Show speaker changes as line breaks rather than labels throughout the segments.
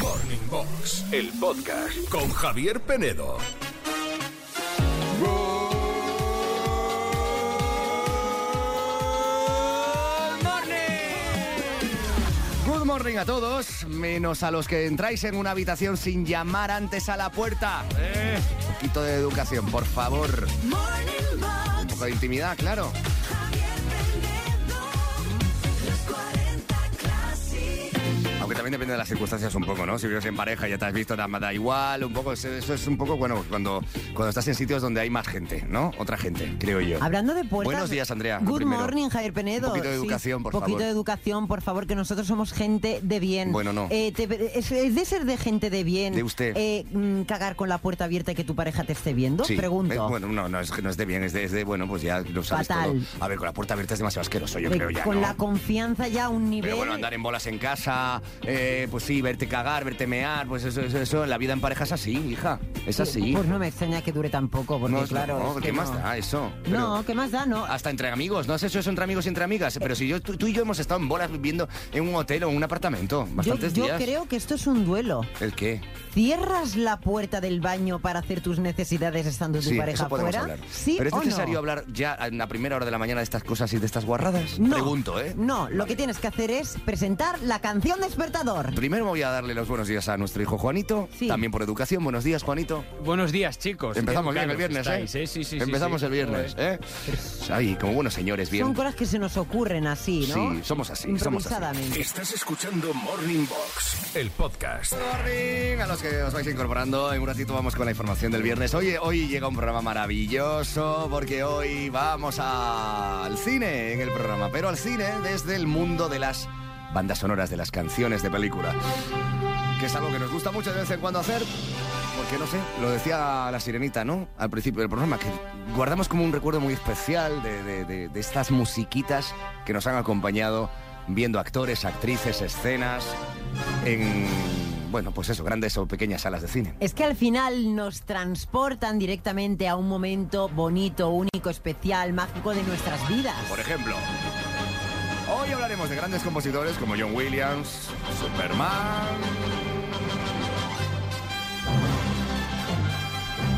Morning Box, el podcast con Javier Penedo.
Good morning a todos, menos a los que entráis en una habitación sin llamar antes a la puerta. Un poquito de educación, por favor.
Morning
Un
Box,
poco de intimidad, claro.
Javier Penedo, los 40 Classic.
Aunque también depende de las circunstancias un poco, ¿no? Si vives en pareja, ya te has visto, nada más da igual, un poco, eso es un poco, bueno, cuando, cuando estás en sitios donde hay más gente, ¿no? Otra gente, creo yo.
Hablando de puertas.
Buenos días, Andrea, lo
Good
primero.
morning, Javier Penedo.
Un poquito de educación, por
poquito
favor.
de educación, por favor, que nosotros somos gente de bien.
Bueno, no.
Eh, te- es, es de ser de gente de bien.
De usted.
eh, mm, cagar con la puerta abierta y que tu pareja te esté viendo.
Sí.
Pregunto.
Eh, bueno, no, no es, no es de bien, es de, es de, bueno, pues ya lo sabes
Fatal.
todo. A ver, con la puerta abierta es demasiado asqueroso, yo
De-
creo ya,
Eh, con
¿no?
la confianza ya a un nivel.
Pero bueno, andar en bolas en casa, eh, pues sí, verte cagar, verte mear, pues eso, eso, eso, la vida en pareja es así, hija, es así.
Pues no me extraña que dure tan poco, porque
No, es-
claro.
no,
es que
¿qué más
no.
da eso?
no,
Pero
¿qué más da? No.
Hasta entre amigos, ¿no has hecho eso entre amigos y entre amigas? Pero si yo, tú, tú y yo hemos estado en bolas viviendo en un hotel o en un apartamento,
Yo,
bastantes
yo
días.
creo que esto es un duelo.
¿El qué?
¿Cierras la puerta del baño para hacer tus necesidades estando tu
sí,
pareja
eso podemos
fuera?
hablar.
¿Sí
Pero es
o no?
necesario hablar ya en la primera hora de la mañana de estas cosas y de estas guarradas.
No,
Pregunto, ¿eh?
No, lo que tienes que hacer es presentar la canción despertador.
Primero voy a darle los buenos días a nuestro hijo Juanito,
Sí.
también por educación. Buenos días, Juanito.
Buenos días, chicos.
Empezamos bien el
Educados
viernes,
Pues estáis,
¿eh?
Sí, sí, sí.
Empezamos
sí.
el viernes,
Joder.
¿eh? Ay, como buenos señores, bien.
Son cosas que se nos ocurren así, ¿no?
Sí, somos así, somos así.
Improvisadamente.
Estás escuchando Morning Box, el podcast.
Morning, A los que os vais incorporando, en un ratito vamos con la información del viernes. Hoy, hoy llega un programa maravilloso porque hoy vamos a- al cine en el programa, pero al cine desde el mundo de las bandas sonoras, de las canciones de película, que es algo que nos gusta mucho de vez en cuando hacer, porque no sé, lo decía la sirenita, ¿no? Al principio del programa, que guardamos como un recuerdo muy especial de, de- de- de estas musiquitas que nos han acompañado viendo actores, actrices, escenas en, bueno, pues eso, grandes o pequeñas salas de cine.
Es que al final nos transportan directamente a un momento bonito, único, especial, mágico de nuestras vidas.
Por ejemplo, hoy hablaremos de grandes compositores como John Williams, Superman.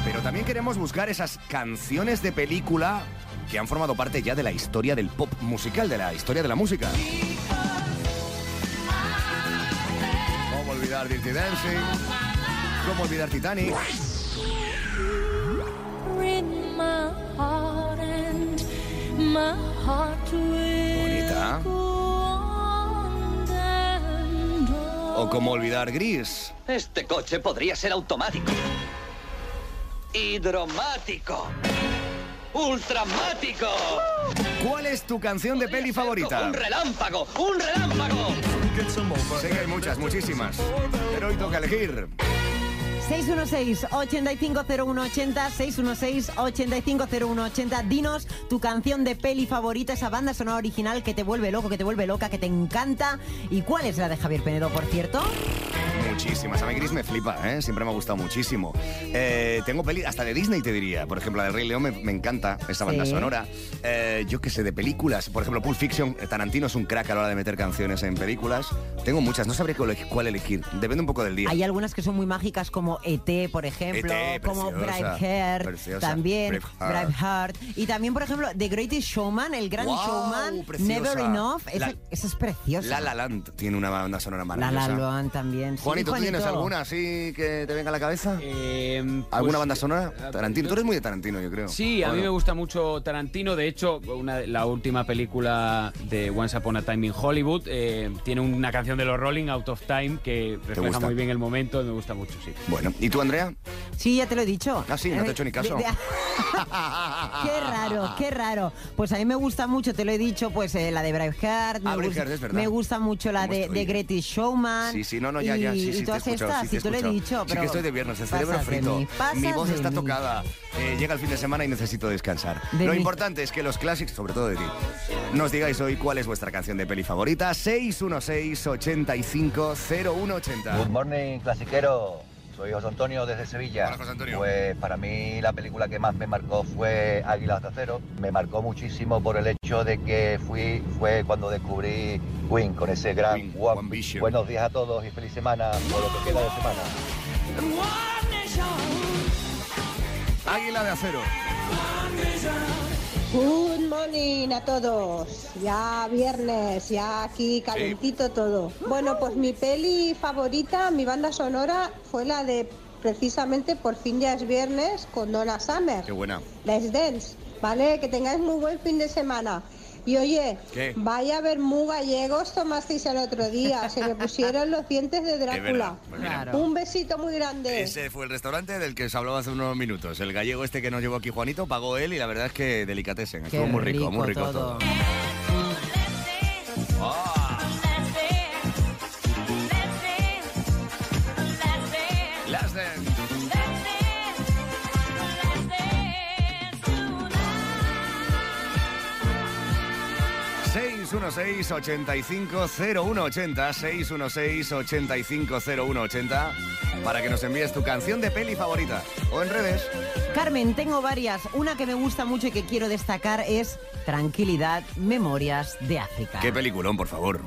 Pero también queremos buscar esas canciones de película que han formado parte ya de la historia del pop musical, de la historia de la música. ¿Cómo olvidar Dirty Dancing? ¿Cómo olvidar Titanic?
in my heart and my heart will
Bonita.
go on and on.
¿O cómo olvidar Gris?
Este coche podría ser automático. Hidromático. Ultramático.
¿Cuál es tu canción de peli
Podría ser como
favorita?
Un relámpago. Un relámpago.
Sé que hay muchas, muchísimas. Pero hoy toca elegir.
616-850180, 616-850180. Dinos tu canción de peli favorita, esa banda sonora original que te vuelve loco, que te vuelve loca, que te encanta. ¿Y cuál es la de Javier Penedo, por cierto?
Muchísimas. A mí Gris me flipa, ¿eh? Siempre me ha gustado muchísimo. Eh, tengo peli, hasta de Disney te diría. Por ejemplo, la de Rey León me, me encanta, esa banda
Sí.
sonora. Eh, yo qué sé, de películas. Por ejemplo, Pulp Fiction, eh, Tarantino es un crack a la hora de meter canciones en películas. Tengo muchas, no sabré cuál, cuál elegir. Depende un poco del día.
Hay algunas que son muy mágicas como ET, por ejemplo,
E.T.,
como
E preciosa,
Braveheart,
preciosa,
también
Braveheart.
Braveheart y también por ejemplo The Greatest Showman, El Gran
Guau,
Showman,
preciosa.
Never Enough, esa,
La-
esa es preciosa.
La La Land tiene una banda sonora
La
maravillosa.
La Land también. Sí,
Juanito, ¿tú tienes alguna así que te venga a la cabeza?
Eh,
¿Alguna
pues,
banda sonora?
eh,
Tarantino. Tú
no-
eres muy de Tarantino, yo creo.
Sí, a
¿O
mí
no?
me gusta mucho Tarantino. De hecho, una, de- la última película de Once Upon a Time in Hollywood eh, tiene una canción de los Rolling, Out of Time, que refleja
gusta?
muy bien el momento. Me gusta mucho, sí.
Bueno, ¿y tú, Andrea?
Sí, ya te lo he dicho. Eh,
Ah, sí, no te he hecho ni caso.
De- de- Qué raro, qué raro. Pues a mí me gusta mucho, te lo he dicho, pues eh, la de Braveheart.
Ah,
me,
Braveheart,
gusta,
es verdad.
me gusta mucho la
¿Cómo
de,
estoy?
de Greatest Showman.
Sí, sí, no, no, ya, ya,
y-
sí,
y
sí, te he
todas
escuchado,
estas,
sí, te he
sí, te lo he
escuchado.
dicho.
Sí
pero
que estoy de viernes, el cerebro
pasas de
frito.
mí, pasas
Mi voz
de
está
mí.
tocada. Eh, llega el fin de semana y necesito descansar.
De
Lo
mí.
importante es que los clásicos, sobre todo de ti, nos digáis hoy cuál es vuestra canción de peli favorita. 616 85 0180.
morning, clasiquero.
Soy José Antonio desde Sevilla.
Hola, José Antonio.
Pues para mí la película que más me marcó fue Águilas de Acero. Me marcó muchísimo por el hecho de que fui fue cuando descubrí Queen con ese gran
Queen,
guapo.
One Vision.
Buenos días a todos y feliz semana o lo que queda de semana.
Águila de acero.
Good morning a todos. Ya viernes, ya aquí calentito todo. Bueno, pues mi peli favorita, mi banda sonora, fue la de precisamente Por fin ya es viernes con Donna Summer.
Qué buena.
Les Dance, ¿vale? Que tengáis muy buen fin de semana. Y oye,
¿Qué?
vaya a ver muy gallegos tomasteis el otro día. Se me pusieron los dientes de
Es verdad.
Drácula.
Pues mira,
Claro.
Un besito muy grande.
Ese fue el restaurante del que os hablaba hace unos minutos. El gallego este que nos llevó aquí, Juanito, pagó él y la verdad es que delicatessen. Estuvo muy rico, muy rico todo. Last Dance. ...616-850180... ...para que nos envíes tu canción de peli favorita... ...o en redes...
Carmen, tengo varias. Una que me gusta mucho y que quiero destacar es Tranquilidad, Memorias de África.
...qué peliculón, por favor...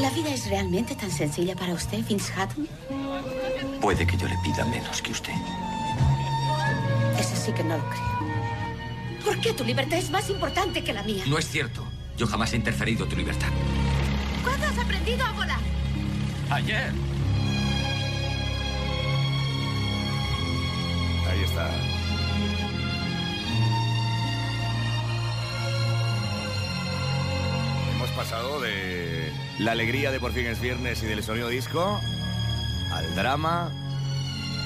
¿La vida es realmente tan sencilla para usted, Vince Hatton?
Puede que yo le pida menos que usted.
Eso sí que no lo creo. ¿Por qué tu libertad es más importante que la mía?
No es cierto. Yo jamás he interferido tu libertad.
¿Cuándo has aprendido a volar?
Ayer.
...ahí está... ...hemos pasado de... ...la alegría de Por fin es viernes y del sonido disco... ...al drama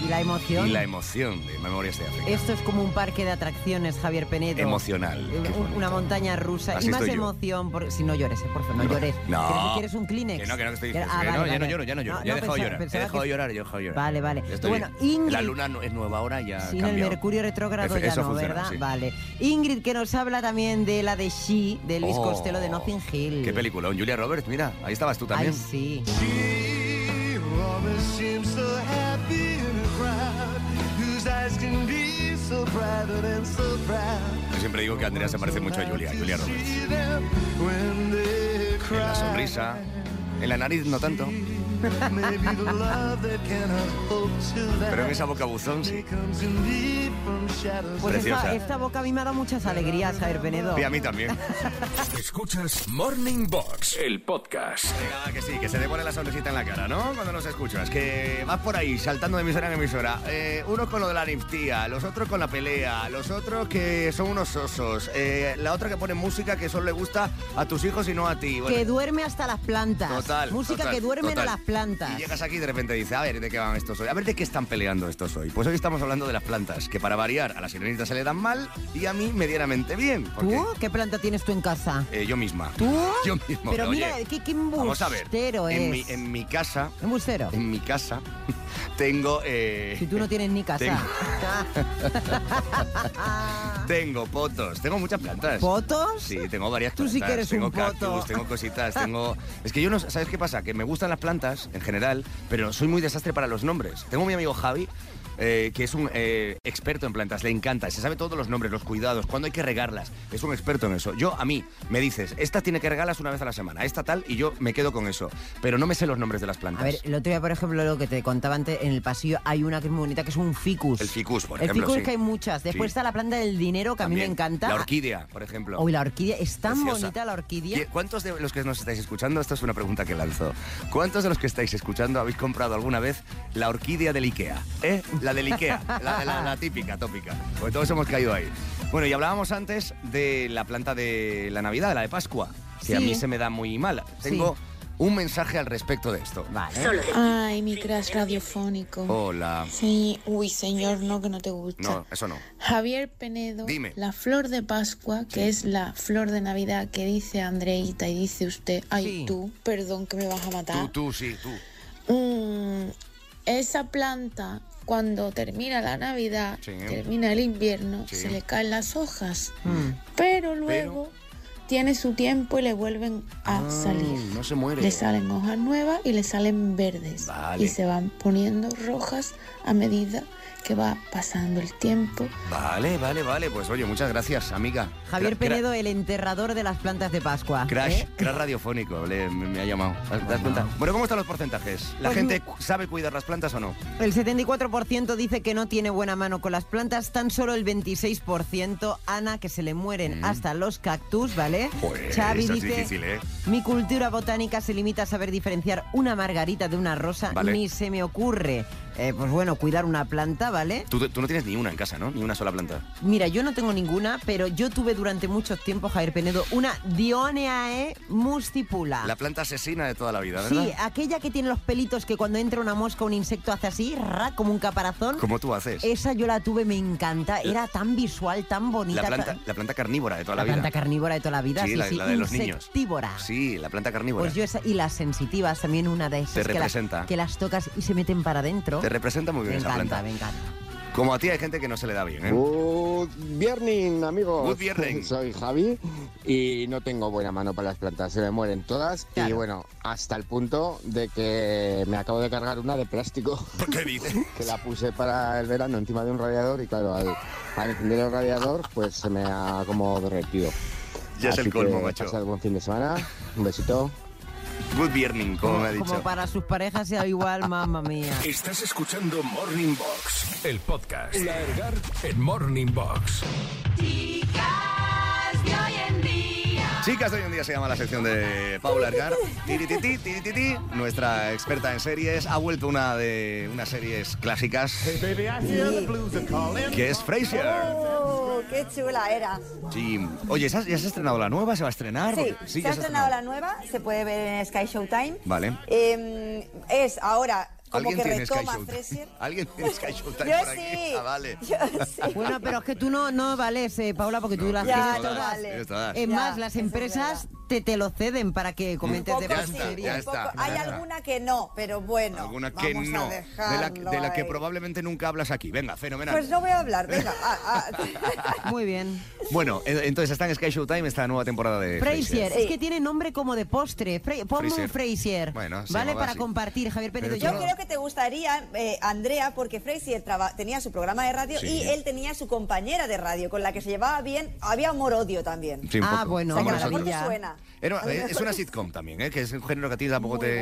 Y la emoción.
y la emoción de Memorias de África...
Esto es como un parque de atracciones, Javier Penedo. Eh,
...emocional...
Un-
qué bonito.
Una montaña rusa
Así
y más
estoy yo.
emoción. por- Si no llores, eh, por favor, no,
No.
llores.
No.
¿Quieres, quieres un Kleenex?
Que no, que no, que estoy...
Ah,
que no,
vale,
ya no
vale.
lloro, ya no lloro.
No,
ya
no,
he dejado
pensaba-
llorar. He
pensaba
dejado
que-
llorar, yo he dejado llorar.
Vale, vale.
Ya estoy
Bueno,
bien.
Ingrid-
La luna no- es nueva ahora ya. ha
Sin el
cambiado.
Mercurio retrógrado
Efe-
ya
eso
no,
funciona,
¿verdad?
sí.
Vale. Ingrid, que nos habla también de la de She, de Luis
Oh,
Costello de Nothing Hill.
Qué peliculón. Julia Roberts, mira, ahí estabas tú
Ay,
también.
sí.
Yo siempre digo que Andrea se parece mucho a Julia, Julia Roberts. En la sonrisa, en la nariz no tanto, pero en esa boca buzón sí.
Pues
Preciosa.
esta, esta boca a mí me ha dado muchas alegrías, Javier Penedo.
Y a mí también.
Escuchas Morning Box, el podcast.
Venga, Ah, que sí, que se te pone la sonrisita en la cara, ¿no? Cuando nos escuchas, que vas por ahí saltando de emisora en emisora. Eh, unos con lo de la amnistía, los otros con la pelea, los otros que son unos osos, eh, la otra que pone música que solo le gusta a tus hijos y no a ti. Bueno,
Que duerme hasta las plantas.
total.
Música
total,
que duermen
total.
a las plantas.
Y llegas aquí y de repente dices, a ver, ¿de qué van estos hoy? A ver, ¿de qué están peleando estos hoy? Pues hoy estamos hablando de las plantas, que para variar a las sirenitas se le dan mal y a mí medianamente bien.
¿Tú?
Porque,
¿Qué planta tienes tú en casa?
eh, yo misma.
¿Tú?
Yo mismo.
Pero
oye,
mira, qué, qué
Vamos a ver.
embustero es.
En mi, en mi casa,
Embustero.
en mi casa, tengo. eh,
Si tú no tienes ni casa.
Tengo potos, tengo muchas plantas.
¿Potos?
Sí, tengo varias
Tú
plantas.
sí que eres
tengo
un poto.
cactus, tengo cositas, tengo. Es que yo no. ¿Sabes qué pasa? Que me gustan las plantas en general, pero soy muy desastre para los nombres. Tengo mi amigo Javi. eh, que es un eh, experto en plantas, le encanta, se sabe todos los nombres, los cuidados, cuándo hay que regarlas, es un experto en eso. Yo a mí me dices, esta tiene que regarlas una vez a la semana, esta tal, y yo me quedo con eso, pero no me sé los nombres de las plantas.
A ver, el otro día, por ejemplo, lo que te contaba antes, en el pasillo hay una que es muy bonita, que es un ficus.
El ficus, por
El
ejemplo,
ficus
sí.
que hay muchas. Después
Sí.
está la planta del dinero, que a mí
También.
me encanta.
La orquídea, por ejemplo.
Uy, la orquídea. Es tan
Preciosa.
bonita la orquídea.
¿Qui- ¿Cuántos de los que nos estáis escuchando, esta es una pregunta que lanzo, ¿cuántos de los que estáis escuchando habéis comprado alguna vez la orquídea del Ikea? ¿Eh? La del Ikea, la, la- la típica, tópica. Porque todos hemos caído ahí. Bueno, y hablábamos antes de la planta de la Navidad, la de Pascua, que a
Sí.
mí se me da muy mal. Tengo un mensaje al respecto de esto. ¿Eh?
Vale.
Ay, mi crash radiofónico.
Hola.
Sí, uy, señor, no, que no te gusta.
No, eso no.
Javier Penedo,
Dime.
la flor de Pascua, que es la flor de Navidad que dice Andreita y dice usted, ay
Sí.
tú, perdón que me vas a
Ah.
matar.
Tú, tú, sí, tú.
Mm, esa planta, cuando termina la Navidad,
Sí.
termina el invierno,
Sí.
se le caen las hojas,
Mm.
pero luego tiene su tiempo y le vuelven a salir.
Ah, Mm, No se muere.
Le salen hojas nuevas y le salen verdes.
Vale.
Y se van poniendo rojas a medida que va pasando el tiempo.
Vale, vale, vale. Pues oye, muchas gracias, amiga.
Javier
Cra- cra-
Penedo, el enterrador de las plantas de Pascua.
Crash,
¿eh?
crash radiofónico, le- me, me ha llamado. ¿Te das cuenta? Bueno, ¿cómo están los porcentajes? ¿La
Pues
gente cu- sabe cuidar las plantas o no?
El 74% dice que no tiene buena mano con las plantas, tan solo el 26% Ana, que se le mueren hasta los cactus, ¿vale? Xavi
eso Mm. Pues, es
dice,
difícil, ¿eh?
mi cultura botánica se limita a saber diferenciar una margarita de una rosa,
Vale.
ni se me ocurre, eh, pues bueno, cuidar una planta, ¿vale?
Tú, tú no tienes ni una en casa, ¿no? Ni una sola planta.
Mira, yo no tengo ninguna, pero yo tuve durante mucho tiempo, Javier Penedo, una Dioneae muscipula.
La planta asesina de toda la vida, ¿verdad?
Ah. Sí, aquella que tiene los pelitos que cuando entra una mosca o un insecto hace así, ra, como un caparazón.
Como tú haces.
Esa yo la tuve, me encanta. Era tan visual, tan bonita.
la, planta,
tan-
la planta carnívora de toda la,
la
vida.
planta carnívora de toda la vida.
Sí,
Sí,
la-
sí,
la de los niños.
insectívora.
Sí, la planta carnívora.
Pues yo esa, y las sensitivas también una de esas.
Te
que las-
representa.
Que las, tocas y se meten para adentro.
Te representa muy bien
me
esa
encanta,
planta.
Me encanta,
Como a ti hay gente que no se le da bien, ¿eh?
Good viernes, amigos.
Good vierning.
Soy Javi y no tengo buena mano para las plantas. Se me mueren todas. Y bueno, hasta el punto de que me acabo de cargar una de plástico.
¿Qué dices?
Que la puse para el verano encima de un radiador y claro, al, al encender el radiador pues se me ha como derretido.
Ya es el colmo,
que
macho.
pasad buen fin de semana. Un besito.
Good viernes, como me ha
Como
dicho.
para sus parejas sea igual, mamma mía.
Estás escuchando Morning Box, el podcast. Largar en Morning Box.
Chicas de hoy en día.
Chicas, hoy en día se llama la sección de Paula Argar. Tirititi, tirititi. Nuestra experta en series ha vuelto una de unas series clásicas que es Frasier.
Oh, qué chula era.
Sí. Oye, ¿ya has, ya has estrenado la nueva? ¿Se va a estrenar?
Sí,
Porque-
se ha estrenado la nueva, se puede ver en Sky Showtime.
Vale.
Eh, es ahora como
¿Alguien
que
tiene Sky
retoma
Showtime?
Frasier.
¿Alguien tiene Sky Showtime
Yo
por aquí?
sí.
Ah, vale.
Bueno, pero es que tú no, no vales, eh, Paula, porque tú las
tienes
tienes
todas,
todas.
tienes todas.
Es
Ya,
más, las empresas te, te lo ceden para que comentes de
Ya
más
está,
series.
ya está.
Hay alguna que no, pero bueno.
Alguna que
vamos
no.
A
De la,
dejarlo
de la que
ahí.
probablemente nunca hablas aquí. Venga, fenomenal.
Pues no voy a hablar, venga. ah, ah.
Muy bien.
Bueno, en- entonces está en Sky Showtime esta nueva temporada de
Frasier, es que tiene nombre como de postre. Fra- ponme
Frasier.
un Frasier.
Bueno, se
¿Vale?
llamaba
Para
así.
compartir, Javier Pérez.
Pero
yo
Yo creo que te gustaría, eh, Andrea, porque Frazier traba- tenía su programa de radio
Sí.
y él tenía su compañera de radio con la que se llevaba bien. Había amor-odio también.
Sí, un poco,
O sea,
como
que a lo mejor te
nosotros.
suena.
Era- eh, es una sitcom también, ¿eh? que es un género que a ti tampoco te...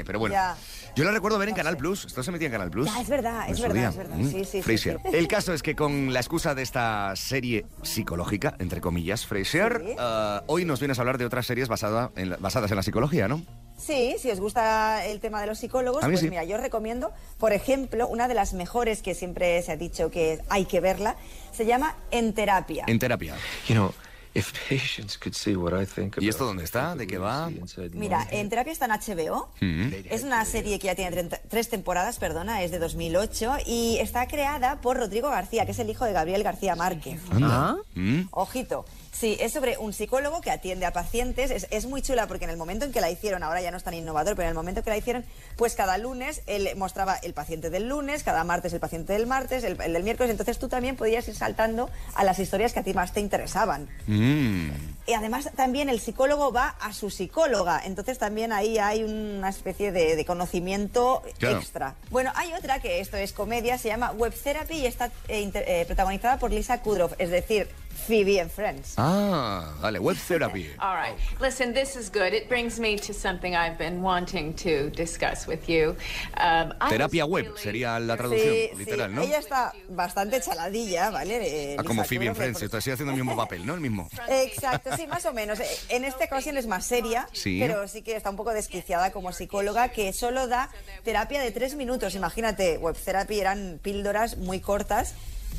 Eh, Pero bueno,
Ya.
yo la recuerdo ver en Canal Plus. Esto se metía en Canal Plus.
Ya, es verdad,
en
es
su
verdad,
día.
es verdad.
Mm,
Sí, sí, sí,
Frasier.
sí.
El caso es que con la excusa de esta serie psicológica, entre comillas, Frasier,
Sí.
eh, hoy nos vienes a hablar de otras series basada en la- basadas en la psicología, ¿no?
Sí, si os gusta el tema de los psicólogos,
A mí
pues
sí.
mira, yo recomiendo, por ejemplo, una de las mejores que siempre se ha dicho que hay que verla, se llama En Terapia.
En terapia.
You know, if patients could see what I think
¿Y esto dónde está? ¿De qué va?
Mira, En Terapia está en HBO.
Mm.
Es una serie que ya tiene 30 tres temporadas, perdona, es de 2008 y está creada por Rodrigo García, que es el hijo de Gabriel García Márquez.
Anda. Mm.
Ojito. Sí, es sobre un psicólogo que atiende a pacientes. Es, es muy chula porque en el momento en que la hicieron, ahora ya no es tan innovador, pero en el momento que la hicieron, pues cada lunes él mostraba el paciente del lunes, cada martes el paciente del martes, el, el del miércoles. Entonces tú también podías ir saltando a las historias que a ti más te interesaban.
Mm.
Y además también el psicólogo va a su psicóloga, entonces también ahí hay una especie de, de conocimiento
Claro.
extra. Bueno, hay otra que esto es comedia, se llama Web Therapy y está eh, inter- eh, protagonizada por Lisa Kudrow, es decir, Phoebe en Friends.
Ah, vale, web therapy.
All right. Listen, this is good. It brings me to something I've been wanting to discuss with you. Um, I
Terapia web sería la traducción
Sí, sí,
literal, ¿no?
Ella está bastante chaladilla, ¿vale? Eh,
Ah, como
Lisa
Phoebe en
Kudrow,
Friends,
que
estoy haciendo el mismo papel, ¿no? El mismo.
por- Exacto, sí, más o menos. Eh, En esta ocasión es más seria,
Sí.
pero sí que está un poco desquiciada como psicóloga, que solo da terapia de tres minutos. Imagínate, web therapy eran píldoras muy cortas.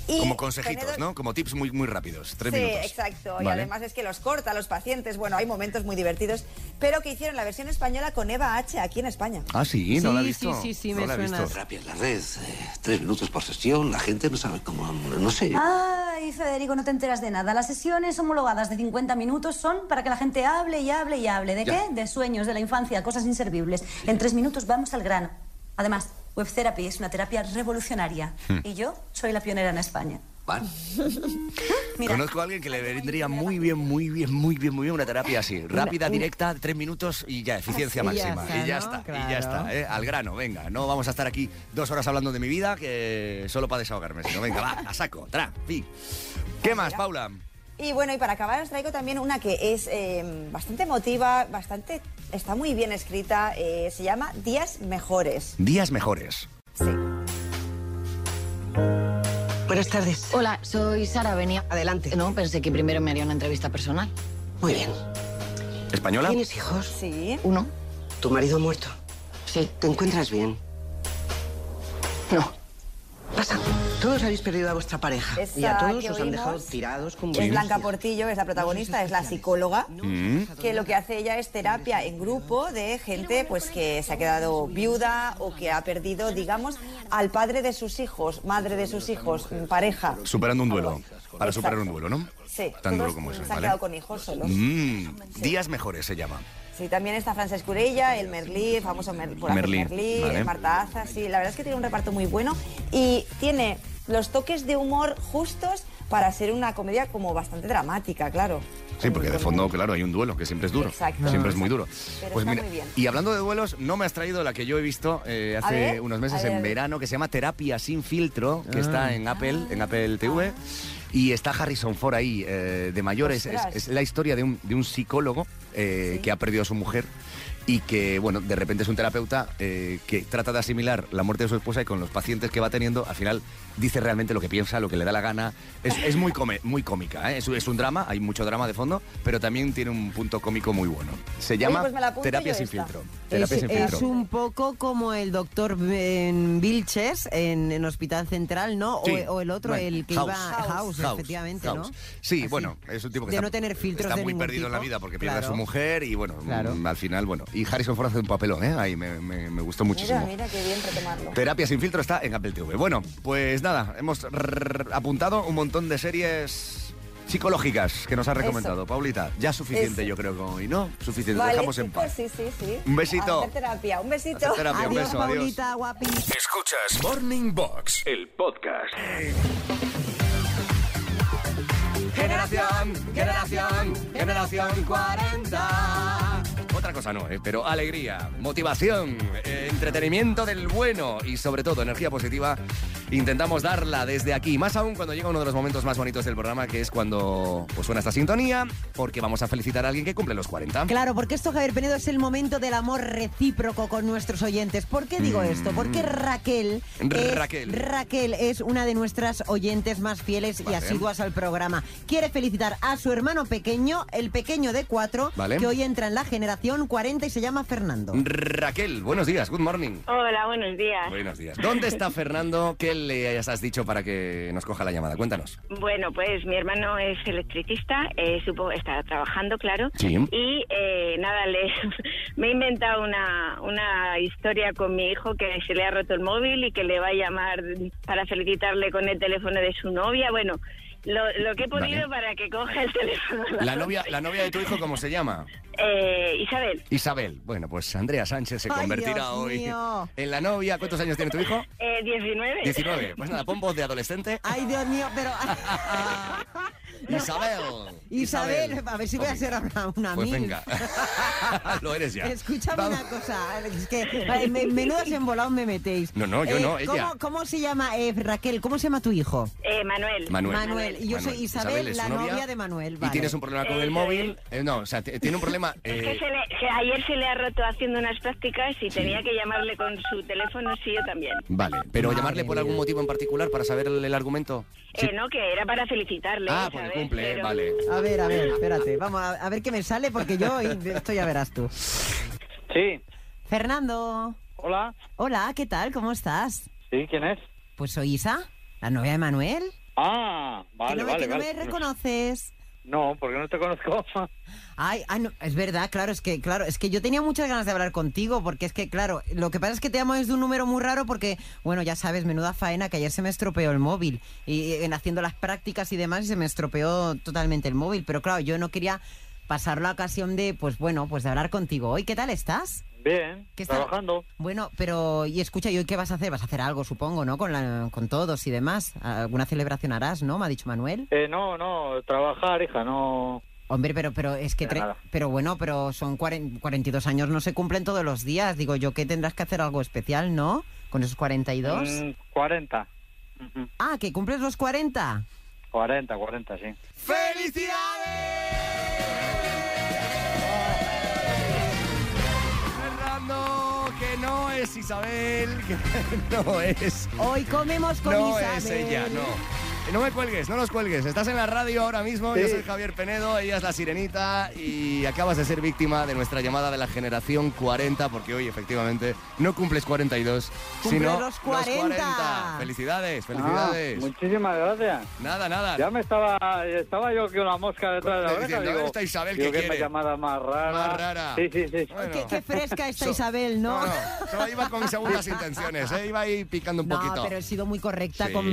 Y
Como consejitos,
Penedo-
¿no? Como tips muy, muy rápidos. Tres
sí,
minutos.
exacto. Y
Vale.
además es que los corta a los pacientes. Bueno, hay momentos muy divertidos, pero que hicieron la versión española con Eva H. aquí en España.
Ah, sí, no la he
Sí,
visto.
sí, sí, sí,
no
me
la he
suena.
visto.
Terapia en la red, eh, tres minutos por sesión, la gente no sabe cómo, no sé.
Ay, Federico, no te enteras de nada. Las sesiones homologadas de 50 minutos son para que la gente hable y hable y hable. ¿De
Ya.
qué? De sueños, de la infancia, cosas inservibles. En tres minutos vamos al grano. Además, Web Therapy es una terapia revolucionaria.
Hmm.
Y yo soy la pionera en España.
pan.
Conozco a alguien que le vendría muy bien, muy bien, muy bien, muy bien una terapia así. Rápida,
una-
directa, tres minutos y ya, eficiencia
Así ya
máxima.
está,
y ya
¿no?
está, y
Claro.
ya está. ¿eh? Al grano, venga. No vamos a estar aquí dos horas hablando de mi vida que solo para desahogarme. Sino, venga, va, a saco, tra, fin. ¿Qué más, Paula?
Y bueno, y para acabar os traigo también una que es eh, bastante emotiva, bastante, está muy bien escrita, eh, se llama Días Mejores.
Días mejores.
Buenas tardes. Hola, soy Sara, venía. Adelante. No, pensé que primero me haría una entrevista personal.
Muy bien.
¿Española?
¿Tienes hijos?
Sí.
Uno.
¿Tu marido ha muerto? Sí. ¿Te encuentras bien? No. Pasa. Todos habéis perdido a vuestra pareja.
Esa
y a todos
que
os han
oímos
dejado tirados con
Es
violencia.
Blanca Portillo, es la protagonista, es la psicóloga,
Mm.
que lo que hace ella es terapia en grupo de gente pues que se ha quedado viuda o que ha perdido, digamos, al padre de sus hijos, madre de sus hijos, pareja.
Superando un duelo. Para superar un duelo, ¿no?
Sí,
Tan duro
todos
como eso,
se han
¿vale?
quedado con hijos solos.
Mm, días mejores se llama.
Sí, también está Francesc Curella, el Merlí, el famoso Mer- por hacer
Merlí,
Merlí,
vale.
Marta Aza, sí, la verdad es que tiene un reparto muy bueno y tiene los toques de humor justos para ser una comedia como bastante dramática, claro.
Sí, porque de fondo, claro, hay un duelo que siempre es duro.
Exacto.
Siempre es muy duro.
Pero
Pues
está
mira,
muy bien.
y hablando de duelos, no me has traído la que yo he visto eh,
A
hace
ver,
unos meses
a ver, a
en
ver.
verano, que se llama Terapia sin filtro, que
Ah.
está en Apple, en Apple TV. Y está Harrison Ford ahí, eh, de mayores. Es,
Ostras.
es la historia de un, de un psicólogo eh, que ha perdido a su mujer y que, bueno, de repente es un terapeuta eh, que trata de asimilar la muerte de su esposa y con los pacientes que va teniendo, al final dice realmente lo que piensa, lo que le da la gana. Es, es muy, come- muy cómica, ¿eh? es, un- es un drama, hay mucho drama de fondo, pero también tiene un punto cómico muy bueno. Se
Oye,
llama
pues me la apunto
Terapia
yo
sin
esta. eh,
filtro.
Es,
Terapia sin
es
filtro.
un poco como el doctor en Vilches en, en Hospital Central, ¿no? O-
Sí.
O, el otro,
Bueno,
el que
House.
iba House,
House,
efectivamente,
House.
¿no?
Sí, bueno, es un tipo que
De
está,
no tener filtros
está
de
muy
ningún
perdido en la
tipo.
vida porque pierde a su
Claro.
mujer y bueno,
Claro.
mm, al final, bueno. Y Harrison Ford hace un papelón, ¿eh? Ahí me, me- me gustó muchísimo.
Mira, mira qué bien retomarlo.
Terapia sin filtro está en Apple TV. Bueno, pues nada, hemos rrr- apuntado un montón de series psicológicas que nos has recomendado.
Eso.
Paulita, ya suficiente
Eso.
yo creo que hoy, ¿no? Suficiente,
Vale,
dejamos en
chicos,
paz.
Sí, sí, sí.
Un besito.
Hacer terapia, un besito.
Hacer terapia, un Adiós, beso, adiós. Paulita,
guapi.
Escuchas Morning Box, el podcast.
Generación, generación, generación 40. Otra cosa no, ¿eh? pero alegría, motivación, eh, entretenimiento del bueno y sobre todo energía positiva. Intentamos darla desde aquí, más aún cuando llega uno de los momentos más bonitos del programa, que es cuando pues, suena esta sintonía, porque vamos a felicitar a alguien que cumple los 40.
Claro, porque esto, Javier Penedo, es el momento del amor recíproco con nuestros oyentes. ¿Por qué digo esto? Porque Raquel es,
Raquel.
Raquel es una de nuestras oyentes más fieles y
Vale.
asiduas al programa. Quiere felicitar a su hermano pequeño, el pequeño de cuatro,
Vale. Mm.
que hoy entra en la generación 40 y se llama Fernando.
Raquel, buenos días, good morning.
Hola, buenos días.
Buenos días. ¿Dónde está Fernando? ¿Qué le has dicho para que nos coja la llamada? Cuéntanos.
Bueno, pues mi hermano es electricista, eh, supo, está trabajando, claro.
Sí.
Y eh, nada, le, me he inventado una, una historia con mi hijo que se le ha roto el móvil y que le va a llamar para felicitarle con el teléfono de su novia. Bueno, lo, lo que he podido para que coja el teléfono.
La novia, la novia de tu hijo, ¿cómo se llama?
Eh, Isabel,
Isabel, bueno, pues Andrea Sánchez se
Ay,
convertirá
Dios
hoy
mío.
en la novia. ¿Cuántos años tiene tu hijo?
eh, 19.
19. Pues nada, pon voz de adolescente.
Ay, Dios mío, pero...
Isabel.
Isabel, a ver si voy a
Pues
ser ahora una
Pues
mil.
venga. Lo eres ya.
Escúchame
Vamos.
una cosa, es que eh, me, menudo desembolado me metéis. Eh,
No, no, yo no, ella.
¿cómo, cómo se llama, eh, Raquel, cómo se llama tu hijo?
Eh, Manuel.
Manuel.
y yo
Manuel.
soy Isabel,
Isabel es
la
su novia.
novia de Manuel.
Y
vale.
tienes un problema con el móvil. Eh, no, o sea, t- tiene un problema.
Es que
eh,
se le- se- ayer se le ha roto haciendo unas prácticas y tenía que llamarle con su teléfono, sí, yo también.
Vale, pero llamarle por algún motivo en particular para saber el, el argumento.
Eh, no, que era para felicitarle.
Ah,
¿sabes?
por el cumple, eh,
Pero-
vale.
A ver, a ver, espérate, vamos a, a ver qué me sale porque yo esto ya verás tú.
Sí,
Fernando.
Hola.
Hola, ¿qué tal? ¿Cómo estás?
sí, ¿quién es?
Pues soy Isa, la novia de Manuel.
Ah, vale,
que no, me-
vale,
que no
vale.
me reconoces.
No, porque no te conozco.
Ay, ah, no, es verdad, claro, es que claro, es que yo tenía muchas ganas de hablar contigo porque es que claro, lo que pasa es que te llamo desde un número muy raro porque bueno, ya sabes, menuda faena que ayer se me estropeó el móvil y en haciendo las prácticas y demás y se me estropeó totalmente el móvil, pero claro, yo no quería pasar la ocasión de pues bueno, pues de hablar contigo. Hoy, ¿qué tal estás?
Bien,
¿Qué está-
trabajando.
Bueno, pero y escucha, ¿y hoy qué vas a hacer? Vas a hacer algo, supongo, ¿no? Con, la- con todos y demás. Alguna celebración harás, ¿no? Me ha dicho Manuel.
Eh, no, no, trabajar, hija, no.
Hombre, pero pero es que... tre-
nada.
Pero bueno, pero son cuaren- 42 años, no se cumplen todos los días. Digo yo que tendrás que hacer algo especial, ¿no? Con esos 42.
Mm, 40. Ujú.
Ah, que cumples los 40.
40, 40, sí.
¡Felicidades! Fernando, que no es Isabel, que no es.
Hoy comemos con
No
Isabel.
es ella, no. Eh, No me cuelgues, no nos cuelgues. Estás en la radio ahora mismo, yo
Sí.
soy Javier Penedo, ella es la sirenita y acabas de ser víctima de nuestra llamada de la generación 40, porque hoy efectivamente no cumples 42,
Cumple
sino
los 40.
Felicidades, felicidades.
Ah, muchísimas gracias.
Nada, nada.
Ya me estaba, estaba yo que una mosca detrás de la
Estoy
oreja.
diciendo,
digo,
¿dónde está Isabel
digo,
que
es la
quiere?
llamada más rara.
Más rara.
Sí, sí, sí.
Qué, qué fresca está Isabel, ¿no?
Solo iba con segundas intenciones, ¿eh? iba ahí picando un
No,
poquito.
pero he sido muy correcta
Sí.
con,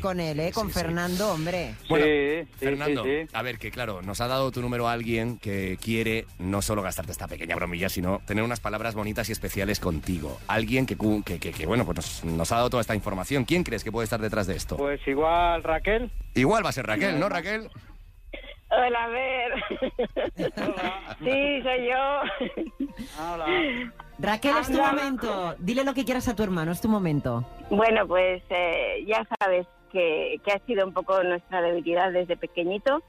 con él, ¿eh? Con Fernando, hombre.
Bueno,
sí,
Fernando,
sí,
a ver, que claro, nos ha dado tu número a alguien que quiere no solo gastarte esta pequeña bromilla, sino tener unas palabras bonitas y especiales contigo. Alguien que, cu- que, que- que, bueno, pues nos, nos ha dado toda esta información. ¿Quién crees que puede estar detrás de esto?
Pues igual Raquel.
Igual va a ser Raquel, ¿no, Raquel?
Hola, a ver. sí, soy yo.
Raquel, es tu
Habla.
momento. Dile lo que quieras a tu hermano, es tu momento.
Bueno, pues eh, ya sabes que, que ha sido un poco nuestra debilidad desde pequeñito,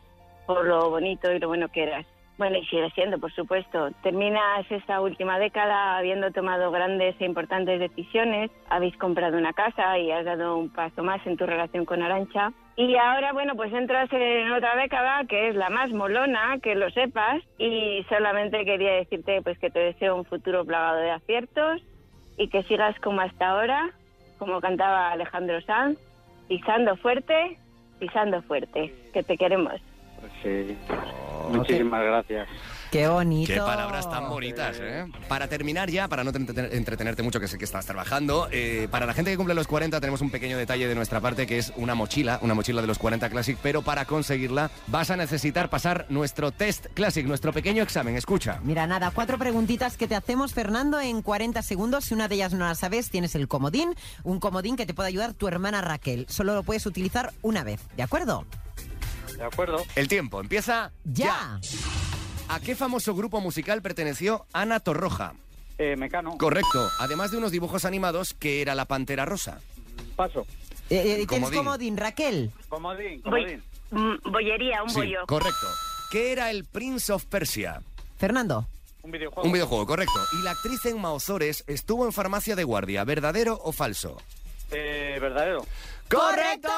por lo bonito y lo bueno que eras. Bueno, y sigue siendo, por supuesto. Terminas esta última década habiendo tomado grandes e importantes decisiones, habéis comprado una casa y has dado un paso más en tu relación con Arancha. Y ahora, bueno, pues entras en otra década que es la más molona, que lo sepas, y solamente quería decirte pues que te deseo un futuro plagado de aciertos y que sigas como hasta ahora, como cantaba Alejandro Sanz, pisando fuerte, pisando fuerte, que te queremos.
Sí. Muchísimas gracias.
Qué bonito.
Qué palabras tan bonitas, ¿eh? Para terminar ya, para no te- entreten- entretenerte mucho, que sé que estás trabajando, eh, para la gente que cumple los 40 tenemos un pequeño detalle de nuestra parte, que es una mochila, una mochila de los 40 Classic, pero para conseguirla vas a necesitar pasar nuestro test Classic, nuestro pequeño examen. Escucha.
Mira, nada, cuatro preguntitas que te hacemos, Fernando, en 40 segundos. Si una de ellas no la sabes, tienes el comodín. Un comodín que te puede ayudar tu hermana Raquel. Solo lo puedes utilizar una vez, ¿de acuerdo?
De acuerdo.
El tiempo empieza
¡Ya!
¿A qué famoso grupo musical perteneció Ana Torroja?
Eh, Mecano.
Correcto. Además de unos dibujos animados, que era la Pantera Rosa.
Paso.
Eh, eh, tienes
Comodín.
comodín, Raquel.
Comodín,
Voy,
comodín.
mm, bollería, un
Sí,
bollo.
correcto. ¿Qué era el Prince of Persia?
Fernando.
Un videojuego.
Un videojuego, correcto. Y la actriz en Maozores estuvo en farmacia de guardia, ¿verdadero o falso?
Eh, verdadero.
¡Correcto!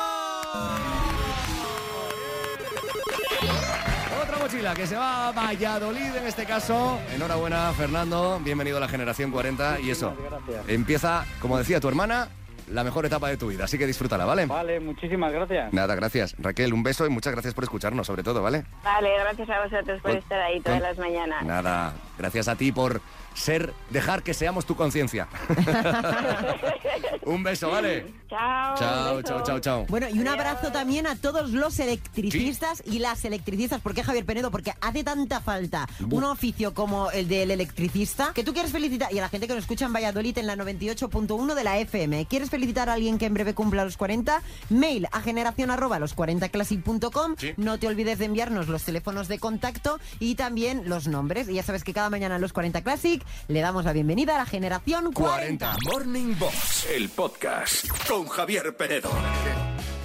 Otra mochila que se va a Valladolid en este caso. Enhorabuena, Fernando. Bienvenido a la generación 40. Y eso,
Gracias.
empieza, como decía tu hermana, la mejor etapa de tu vida. Así que disfrútala, ¿vale?
Vale, muchísimas gracias.
Nada, gracias. Raquel, un beso y muchas gracias por escucharnos, sobre todo, ¿vale?
Vale, gracias a vosotros por
Con-
estar ahí todas
con-
las mañanas.
Nada, gracias a ti por ser, dejar que seamos tu conciencia. un beso, ¿vale?
Chao.
Chao, chao, chao, chao.
Bueno, y un abrazo también a todos los electricistas y las electricistas. ¿Por qué Javier Penedo? Porque hace tanta falta un oficio como el del electricista que tú quieres felicitar. Y a la gente que nos escucha en Valladolid en la 98.1 de la FM. ¿Quieres felicitar a alguien que en breve cumpla los 40? Mail a generación arroba los 40classic.com. No te olvides de enviarnos los teléfonos de contacto y también los nombres. Y ya sabes que cada mañana en los 40 Classic le damos la bienvenida a la generación 40.
Morning Box,
el podcast con Javier Penedo.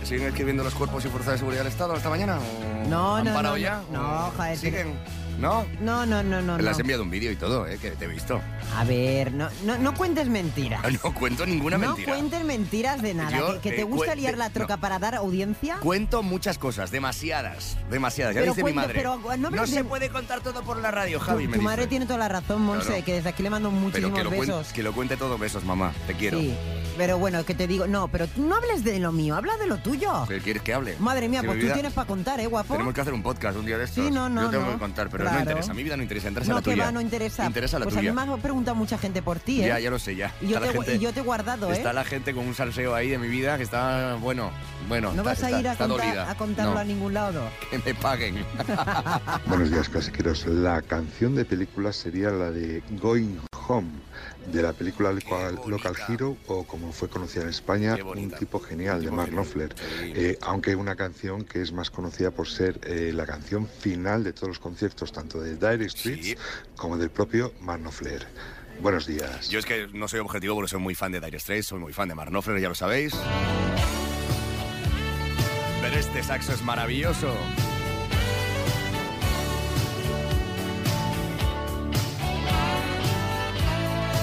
¿Siguen escribiendo los cuerpos y fuerzas de seguridad del Estado hasta mañana? ¿O
No,
¿Han
no,
parado
no,
ya?
no,
¿O
Javier,
¿Siguen? ¿No?
No, no, no, no.
Le
no.
has enviado un vídeo y todo, ¿eh? Que te he visto.
A ver, no, no, no cuentes mentiras.
No cuento ninguna mentira.
No cuentes mentiras de nada.
Yo,
que, que
eh,
te gusta
cuen-
liar la
no.
troca para dar audiencia.
Cuento muchas cosas, demasiadas, demasiadas. Ya
Pero
dice mi
cuenta-
madre.
pero no me lo
se
digas.
puede contar todo por la radio,
Tu,
Javi, me
tu
dice.
madre tiene toda la razón, Monse,
Claro.
que desde aquí le mando
Pero
muchísimos
que lo, cuen-
besos.
que lo cuente todo, besos, mamá. Te quiero.
Sí. Pero bueno, que te digo, no, pero tú no hables de lo mío, habla de lo tuyo.
¿Qué ¿Quieres que hable?
Madre mía,
Si
pues
mi
tú
vida-
tienes para contar, ¿eh, guapo?
Tenemos que hacer un podcast un día de estos.
Sí, no, no,
Yo tengo
no.
que contar, pero
Claro.
no interesa. Mi vida no interesa, interesa
no,
la
que
tuya.
va, no interesa.
Interesa la
pues
tuya.
a mí me ha preguntado mucha gente por ti, ¿eh?
Ya, ya lo sé, ya.
Y yo,
Está
te,
la
gu-
gente-
y yo te he guardado, ¿eh?
Está la gente con un salseo ahí de mi vida que está, bueno, bueno.
no
está-
vas a
está-
ir a,
está
contar-
dolida.
a contarlo
No,
a ningún lado.
Que me paguen.
Buenos días, clasiqueros. La canción de película sería la de Going Home, de la película Local, Local Hero, o como fue conocida en España, un tipo genial de Mark Knopfler. Eh, aunque una canción que es más conocida por ser eh, la canción final de todos los conciertos, tanto de Dire Streets como del propio Mark Knopfler. Buenos días.
Yo es que no soy objetivo porque soy muy fan de Dire Straits, soy muy fan de Mark Knopfler, ya lo sabéis. Pero este saxo es maravilloso.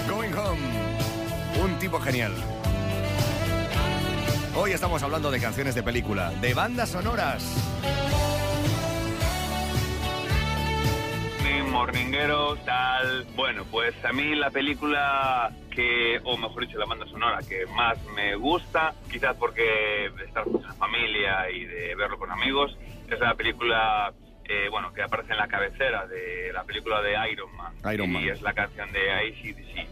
Going Home, un tipo genial. Hoy estamos hablando de canciones de película, de bandas sonoras.
Morning, morninguero, tal. Bueno, pues a mí la película que, o mejor dicho, la banda sonora que más me gusta, quizás porque de estar con la familia y de verlo con amigos, es la película, eh, bueno, que aparece en la cabecera de la película de Iron Man.
Iron
y
Man.
es la canción de ACDC.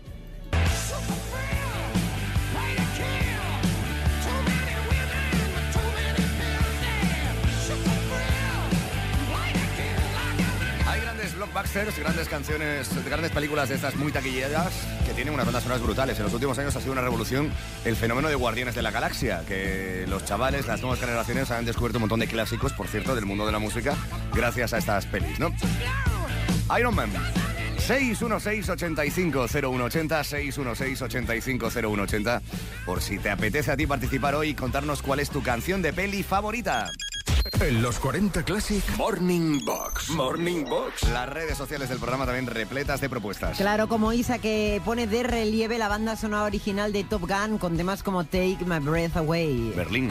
Hay grandes blockbusters, grandes canciones, grandes películas de estas muy taquilleras que tienen unas bandas sonoras brutales. En los últimos años ha sido una revolución el fenómeno de Guardianes de la Galaxia, que los chavales, las nuevas generaciones han descubierto un montón de clásicos, por cierto, del mundo de la música, gracias a estas pelis, ¿no? Iron Man. 616-850180, 616-850180, por si te apetece a ti participar hoy y contarnos cuál es tu canción de peli favorita.
En los 40 Classic Morning Box. Morning Box.
Las redes sociales del programa también repletas de propuestas.
Claro, como Isa que pone de relieve la banda sonora original de Top Gun con temas como Take My Breath Away.
Berlín.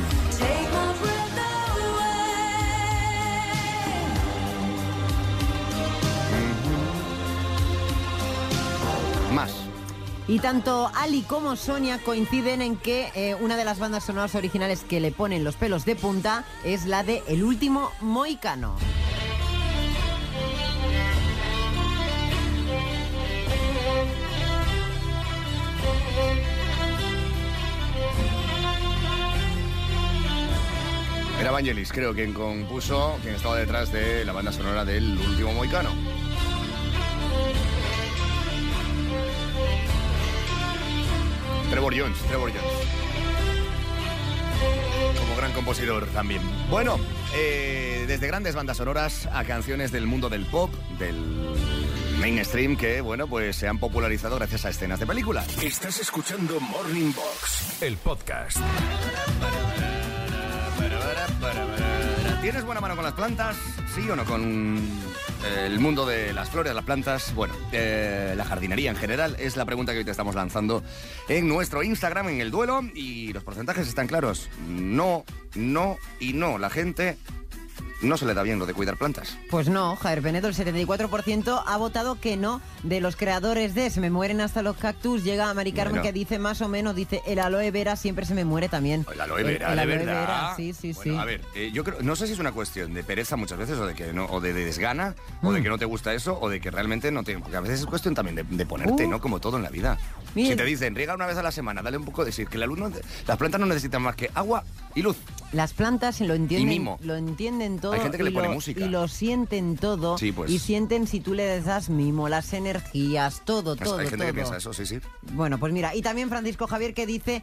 Más.
Y tanto Ali como Sonia coinciden en que eh, una de las bandas sonoras originales que le ponen los pelos de punta es la de El último Moicano.
Era Vangelis, creo, quien compuso, quien estaba detrás de la banda sonora del último Moicano. Trevor Jones, Trevor Jones. Como gran compositor también. Bueno, eh, desde grandes bandas sonoras a canciones del mundo del pop, del mainstream, que, bueno, pues se han popularizado gracias a escenas de películas.
Estás escuchando Morning Box, el podcast.
¿Tienes buena mano con las plantas? ¿Sí o no? Con eh, el mundo de las flores, las plantas, bueno, eh, la jardinería en general, es la pregunta que hoy te estamos lanzando en nuestro Instagram, en el duelo, y los porcentajes están claros. No, no y no. La gente no se le da bien lo de cuidar plantas.
Pues no, Javier Benedo, el 74% ha votado que no. De los creadores de Se me mueren hasta los cactus, llega a Mari Carmen
Bueno.
que dice más o menos, dice el aloe vera siempre se me muere también.
El aloe vera,
el
de
aloe
verdad.
vera, sí, sí,
Bueno,
sí.
a ver, eh, yo creo, no sé si es una cuestión de pereza muchas veces, o de que no, o de, de desgana, o
Mm.
de que no te gusta eso, o de que realmente no te. Porque a veces es cuestión también de, de ponerte,
Uh.
¿no? Como todo en la vida.
Miren.
Si te dicen, riega una vez a la semana, dale un poco de decir que la luz no- las plantas no necesitan más que agua y luz.
Las plantas lo entienden,
mimo.
lo entienden todo.
Hay gente que
y
le pone
lo-
música.
Y lo sienten todo.
Sí, pues.
Y sienten si tú le das mimo, las energías, todo,
Pues
todo.
Hay gente que
todo.
piensa eso, sí, sí.
Bueno, pues mira, y también Francisco Javier que dice,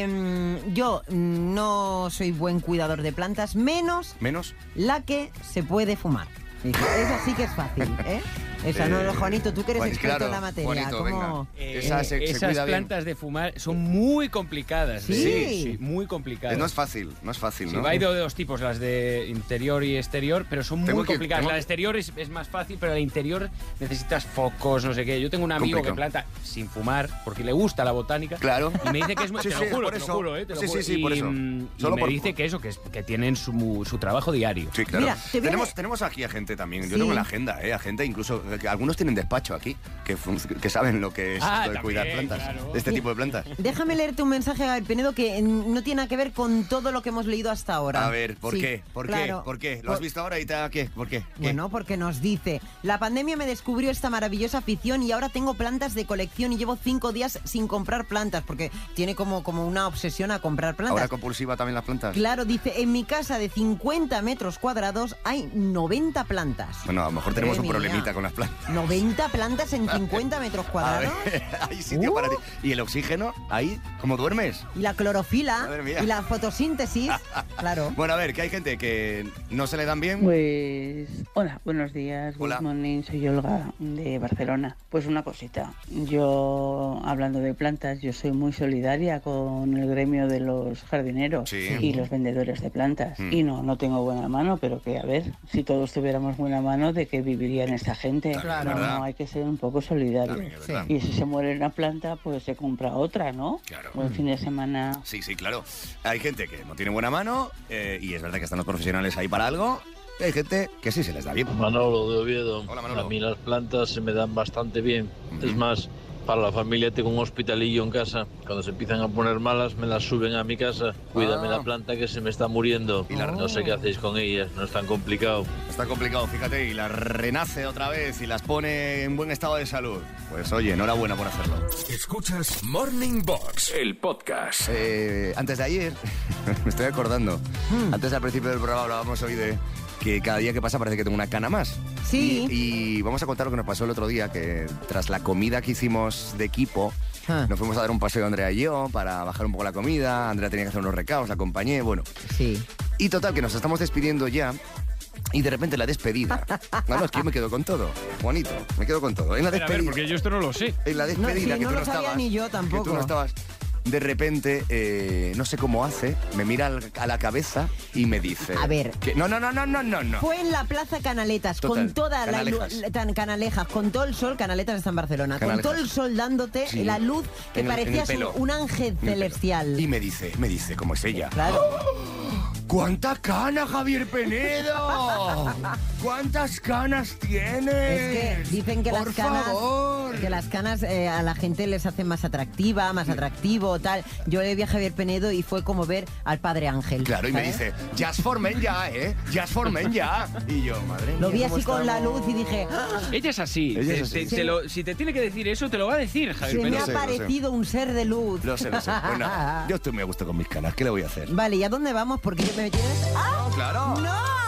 em, yo mm, no soy buen cuidador de plantas, menos
Menos.
la que se puede fumar. Dice, Esa sí que es fácil, ¿eh? Esa no,
Eh,
Juanito, tú que eres
Juan,
experto
claro,
en la materia.
Juanito,
¿cómo?
Eh,
Esa se- se
esas
cuida bien.
plantas de fumar son muy complicadas. ¿eh?
Sí.
sí, sí, muy complicadas.
No es fácil, no es fácil,
Sí,
¿no?
hay de de dos tipos, las de interior y exterior, pero son
Tengo
muy
que-
complicadas.
tengo
La de
que-
exterior es, es más fácil, pero la de interior necesitas focos, no sé qué. Yo tengo un amigo
Complicado.
que planta sin fumar, porque le gusta la botánica.
Claro.
Y me dice que es muy...
Sí,
te
sí,
lo juro,
por
te lo
eso.
juro, eh, te lo
Sí, sí,
juro.
sí, por
Y,
eso.
mm, y
Solo
me
por-
dice que eso, que, es- que tienen su, su trabajo diario.
Sí, claro.
Mira, te voy a-
tenemos, tenemos aquí a gente también. Yo
Sí.
tengo en la agenda, ¿eh? A gente incluso. eh, que algunos tienen despacho aquí, que, fun- que saben lo que es
Ah,
esto de
también,
cuidar plantas.
claro.
de Este tipo de plantas.
Déjame leerte un mensaje, Gabriel Pinedo, que mm, no tiene nada que ver con todo lo que hemos leído hasta ahora.
A ver, ¿por
Sí,
qué? ¿Por
claro.
qué? ¿Por qué? ¿Lo has
Por-
visto ahora y te qué? ¿Por qué? ¿Qué?
Bueno, porque nos dice, la pandemia me descubrió esta maravillosa afición y ahora tengo plantas de colección y llevo cinco días sin comprar plantas, porque tiene como, como una obsesión a comprar
¿Ahora
plantas.
compulsiva también las plantas?
Claro, dice, en mi casa de 50 metros cuadrados hay 90 plantas.
Bueno, a lo mejor tenemos
Madre
un
mía.
problemita con las plantas.
90 plantas en 50 metros
A
cuadrados.
ver, hay sitio para ti. ¿Y el oxígeno? ¿Ahí? ¿Cómo duermes?
Y la
Madre
clorofila
mía.
y la fotosíntesis. Claro.
Bueno, a ver, que hay gente que no se le dan bien.
Pues hola, buenos días, good
Hola.
morning, soy Olga de Barcelona. Pues una cosita, yo hablando de plantas, yo soy muy solidaria con el gremio de los jardineros y los vendedores de plantas.
Mm.
Y no, no tengo buena mano, pero que a ver, si todos tuviéramos buena mano, ¿de qué vivirían esta gente?
También es
no,
verdad.
no, hay que ser un poco
Ah,
solidarios.
También es verdad.
Y si se muere una planta, pues se compra otra, ¿no?
Claro.
Buen fin de semana.
Sí, sí, claro. Hay gente que no tiene buena mano eh, y es verdad que están los profesionales ahí para algo. y Hay gente que sí se les da bien.
Manolo de Oviedo. A mí las plantas se me dan bastante bien. Es más, para la familia tengo un hospitalillo en casa. Cuando se empiezan a poner malas, me las suben a mi casa. Cuídame
Ah.
la planta que se me está muriendo. No sé qué hacéis con ellas, no es tan complicado.
Está complicado, fíjate, y las renace otra vez y las pone en buen estado de salud. Pues oye, enhorabuena por hacerlo.
Escuchas Morning Box, el podcast.
Eh, antes de ayer, me estoy acordando,
Hmm.
antes al principio del programa hablábamos hoy de que cada día que pasa parece que tengo una cana más.
Sí.
Y, y vamos a contar lo que nos pasó el otro día, que tras la comida que hicimos de equipo,
Ah.
nos fuimos a dar un paseo Andrea y yo para bajar un poco la comida, Andrea tenía que hacer unos recados, la acompañé, bueno.
Sí.
Y total, que nos estamos despidiendo ya. Y de repente la despedida. Ah, No, no, es que yo me quedo con todo. Juanito, me quedo con todo. En la
A ver, a ver,
despedida.
porque yo esto no lo sé.
En la
No, sí,
despedida que
no
tú
lo
no
sabía
estabas,
ni yo
Que tú
tampoco.
no estabas. De repente, eh, no sé cómo hace, me mira al- a la cabeza y me dice.
A ver.
que- no, no, no, no, no, no, no.
Fue en la Plaza Canaletas,
Total,
con toda la
Canalejas.
luz, tan canalejas, con todo el sol, Canaletas está en Barcelona,
Canalejas.
con todo el sol dándote
Sí.
la luz que
En el- en el
parecías un-
pelo.
un ángel
En el pelo.
celestial.
Y ¡Oh! me dice, me dice, ¿cómo es ella?
Claro.
¡Cuánta cana, Javier Penedo! ¿Cuántas canas tienes?
Es que dicen que las
Por
canas,
favor.
que las canas eh, a la gente les hacen más atractiva, más atractivo, tal. Yo le vi a Javier Penedo y fue como ver al Padre Ángel.
Claro, y me
¿sabes?
dice, ya es formen ya, ¿eh? Ya es formen ya. Y yo, madre mía.
Lo vi
¿cómo
así con la
estamos?
luz y dije, ¡Ah!
Ella es así.
Ella
Te-
es
te-
así.
te lo- si te tiene que decir eso, te lo va a decir,
se
Javier.
me
Pérez.
ha parecido un ser de luz.
Lo sé, lo sé. Bueno, yo estoy muy a gusto con mis canas. ¿Qué le voy a hacer?
Vale, ¿y a dónde vamos? Porque yo me tienes... ¡Ah!
claro.
¡No!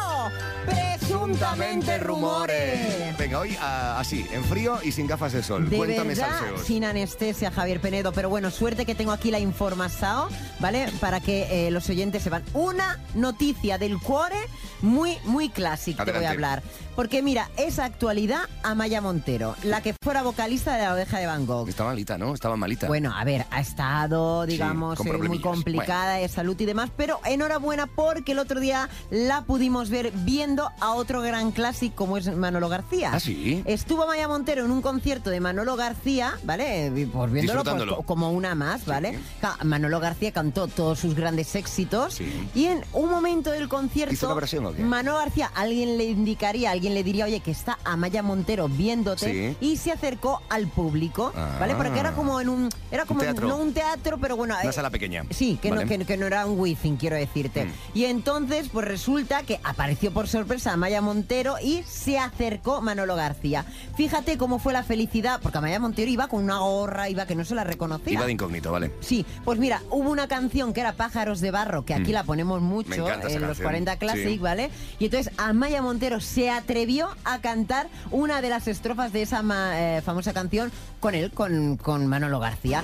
Presuntamente rumores.
Venga, hoy ah, así, en frío y sin gafas de sol.
De
Cuéntame
verdad,
salseos.
sin anestesia, Javier Penedo. Pero bueno, suerte que tengo aquí la información, ¿vale? Para que eh, los oyentes sepan. Una noticia del cuore muy, muy clásica te voy a
Adelante.
hablar. Porque mira, es actualidad Amaya Montero, la que fuera vocalista de La Oveja de Van Gogh.
Está malita, ¿no? Estaba malita.
Bueno, a ver, ha estado, digamos,
con
eh, muy
problemillas.
complicada de salud y demás, pero enhorabuena porque el otro día la pudimos ver viendo a otro gran clásico como es Manolo García.
¿Ah, sí?
Estuvo Maya Montero en un concierto de Manolo García, ¿vale? Eh, Pues viéndolo pues,
Disfrutándolo.
co- como una más, ¿vale? Ca- Manolo García cantó todos sus grandes éxitos
Sí.
y en un momento del concierto
¿Hizo una versión o qué?
Manolo García, alguien le indicaría, alguien le diría, oye, que está Amaya Montero viéndote
Sí.
y se acercó al público, ¿vale? Porque era
Ah.
como en un... Era como,
teatro.
no un teatro, pero bueno...
Una
eh,
sala pequeña.
Sí, que,
Vale. Mm.
no, que, que no era un wifi, quiero decirte. Y entonces, pues resulta que apareció por sorpresa Amaya Montero y se acercó Manolo García. Fíjate cómo fue la felicidad, porque Amaya Montero iba con una gorra, iba que no se la reconocía.
Iba de incógnito, vale.
Sí, pues mira, hubo una canción que era Pájaros de Barro, que aquí
Mm.
la ponemos
Me
mucho en
encanta esa
los
canción.
40 Classic,
Sí.
¿vale? Y entonces Amaya Montero se atrevió a cantar una de las estrofas de esa ma- eh, famosa canción con él, con, con Manolo García.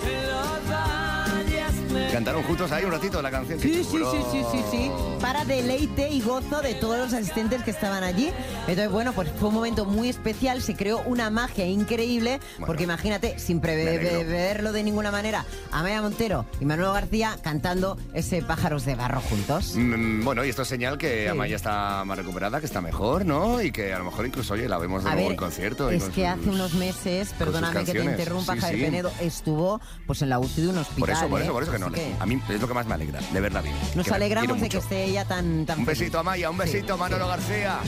Cantaron juntos ahí un ratito la canción.
Sí, sí, sí, sí, sí, sí. Para deleite y gozo de todos los asistentes que estaban allí. Entonces, bueno, pues fue un momento muy especial, se creó una magia increíble, porque imagínate, sin
alegro.
preverlo de ninguna manera, Amaya Montero y Manuel García cantando ese Pájaros de Barro juntos.
Mm, Bueno, y esto es señal que Amaya está más recuperada, que está mejor, ¿no? Y que a lo mejor incluso, oye, la vemos de
A
nuevo
ver,
en concierto. y
Es
con
que
sus-
hace unos meses,
con sus
perdóname que te
canciones.
interrumpa,
Sí,
Javier
sí.
Penedo, estuvo pues en la UCI de un hospital.
Por eso, por
¿eh?
eso, por eso que no.
Así
A mí es lo que más me alegra, de verdad. bien.
Nos
Que la quiero
alegramos de que
mucho.
esté ella tan, tan
Un
feliz.
besito, Amaya, un besito, Manolo García.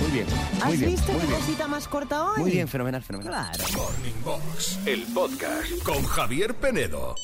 Muy bien.
¿Has
muy bien,
visto
muy
qué
bien.
cosita más corta hoy?
Muy bien, fenomenal, fenomenal.
Claro.
Morning Box, el podcast con Javier Penedo.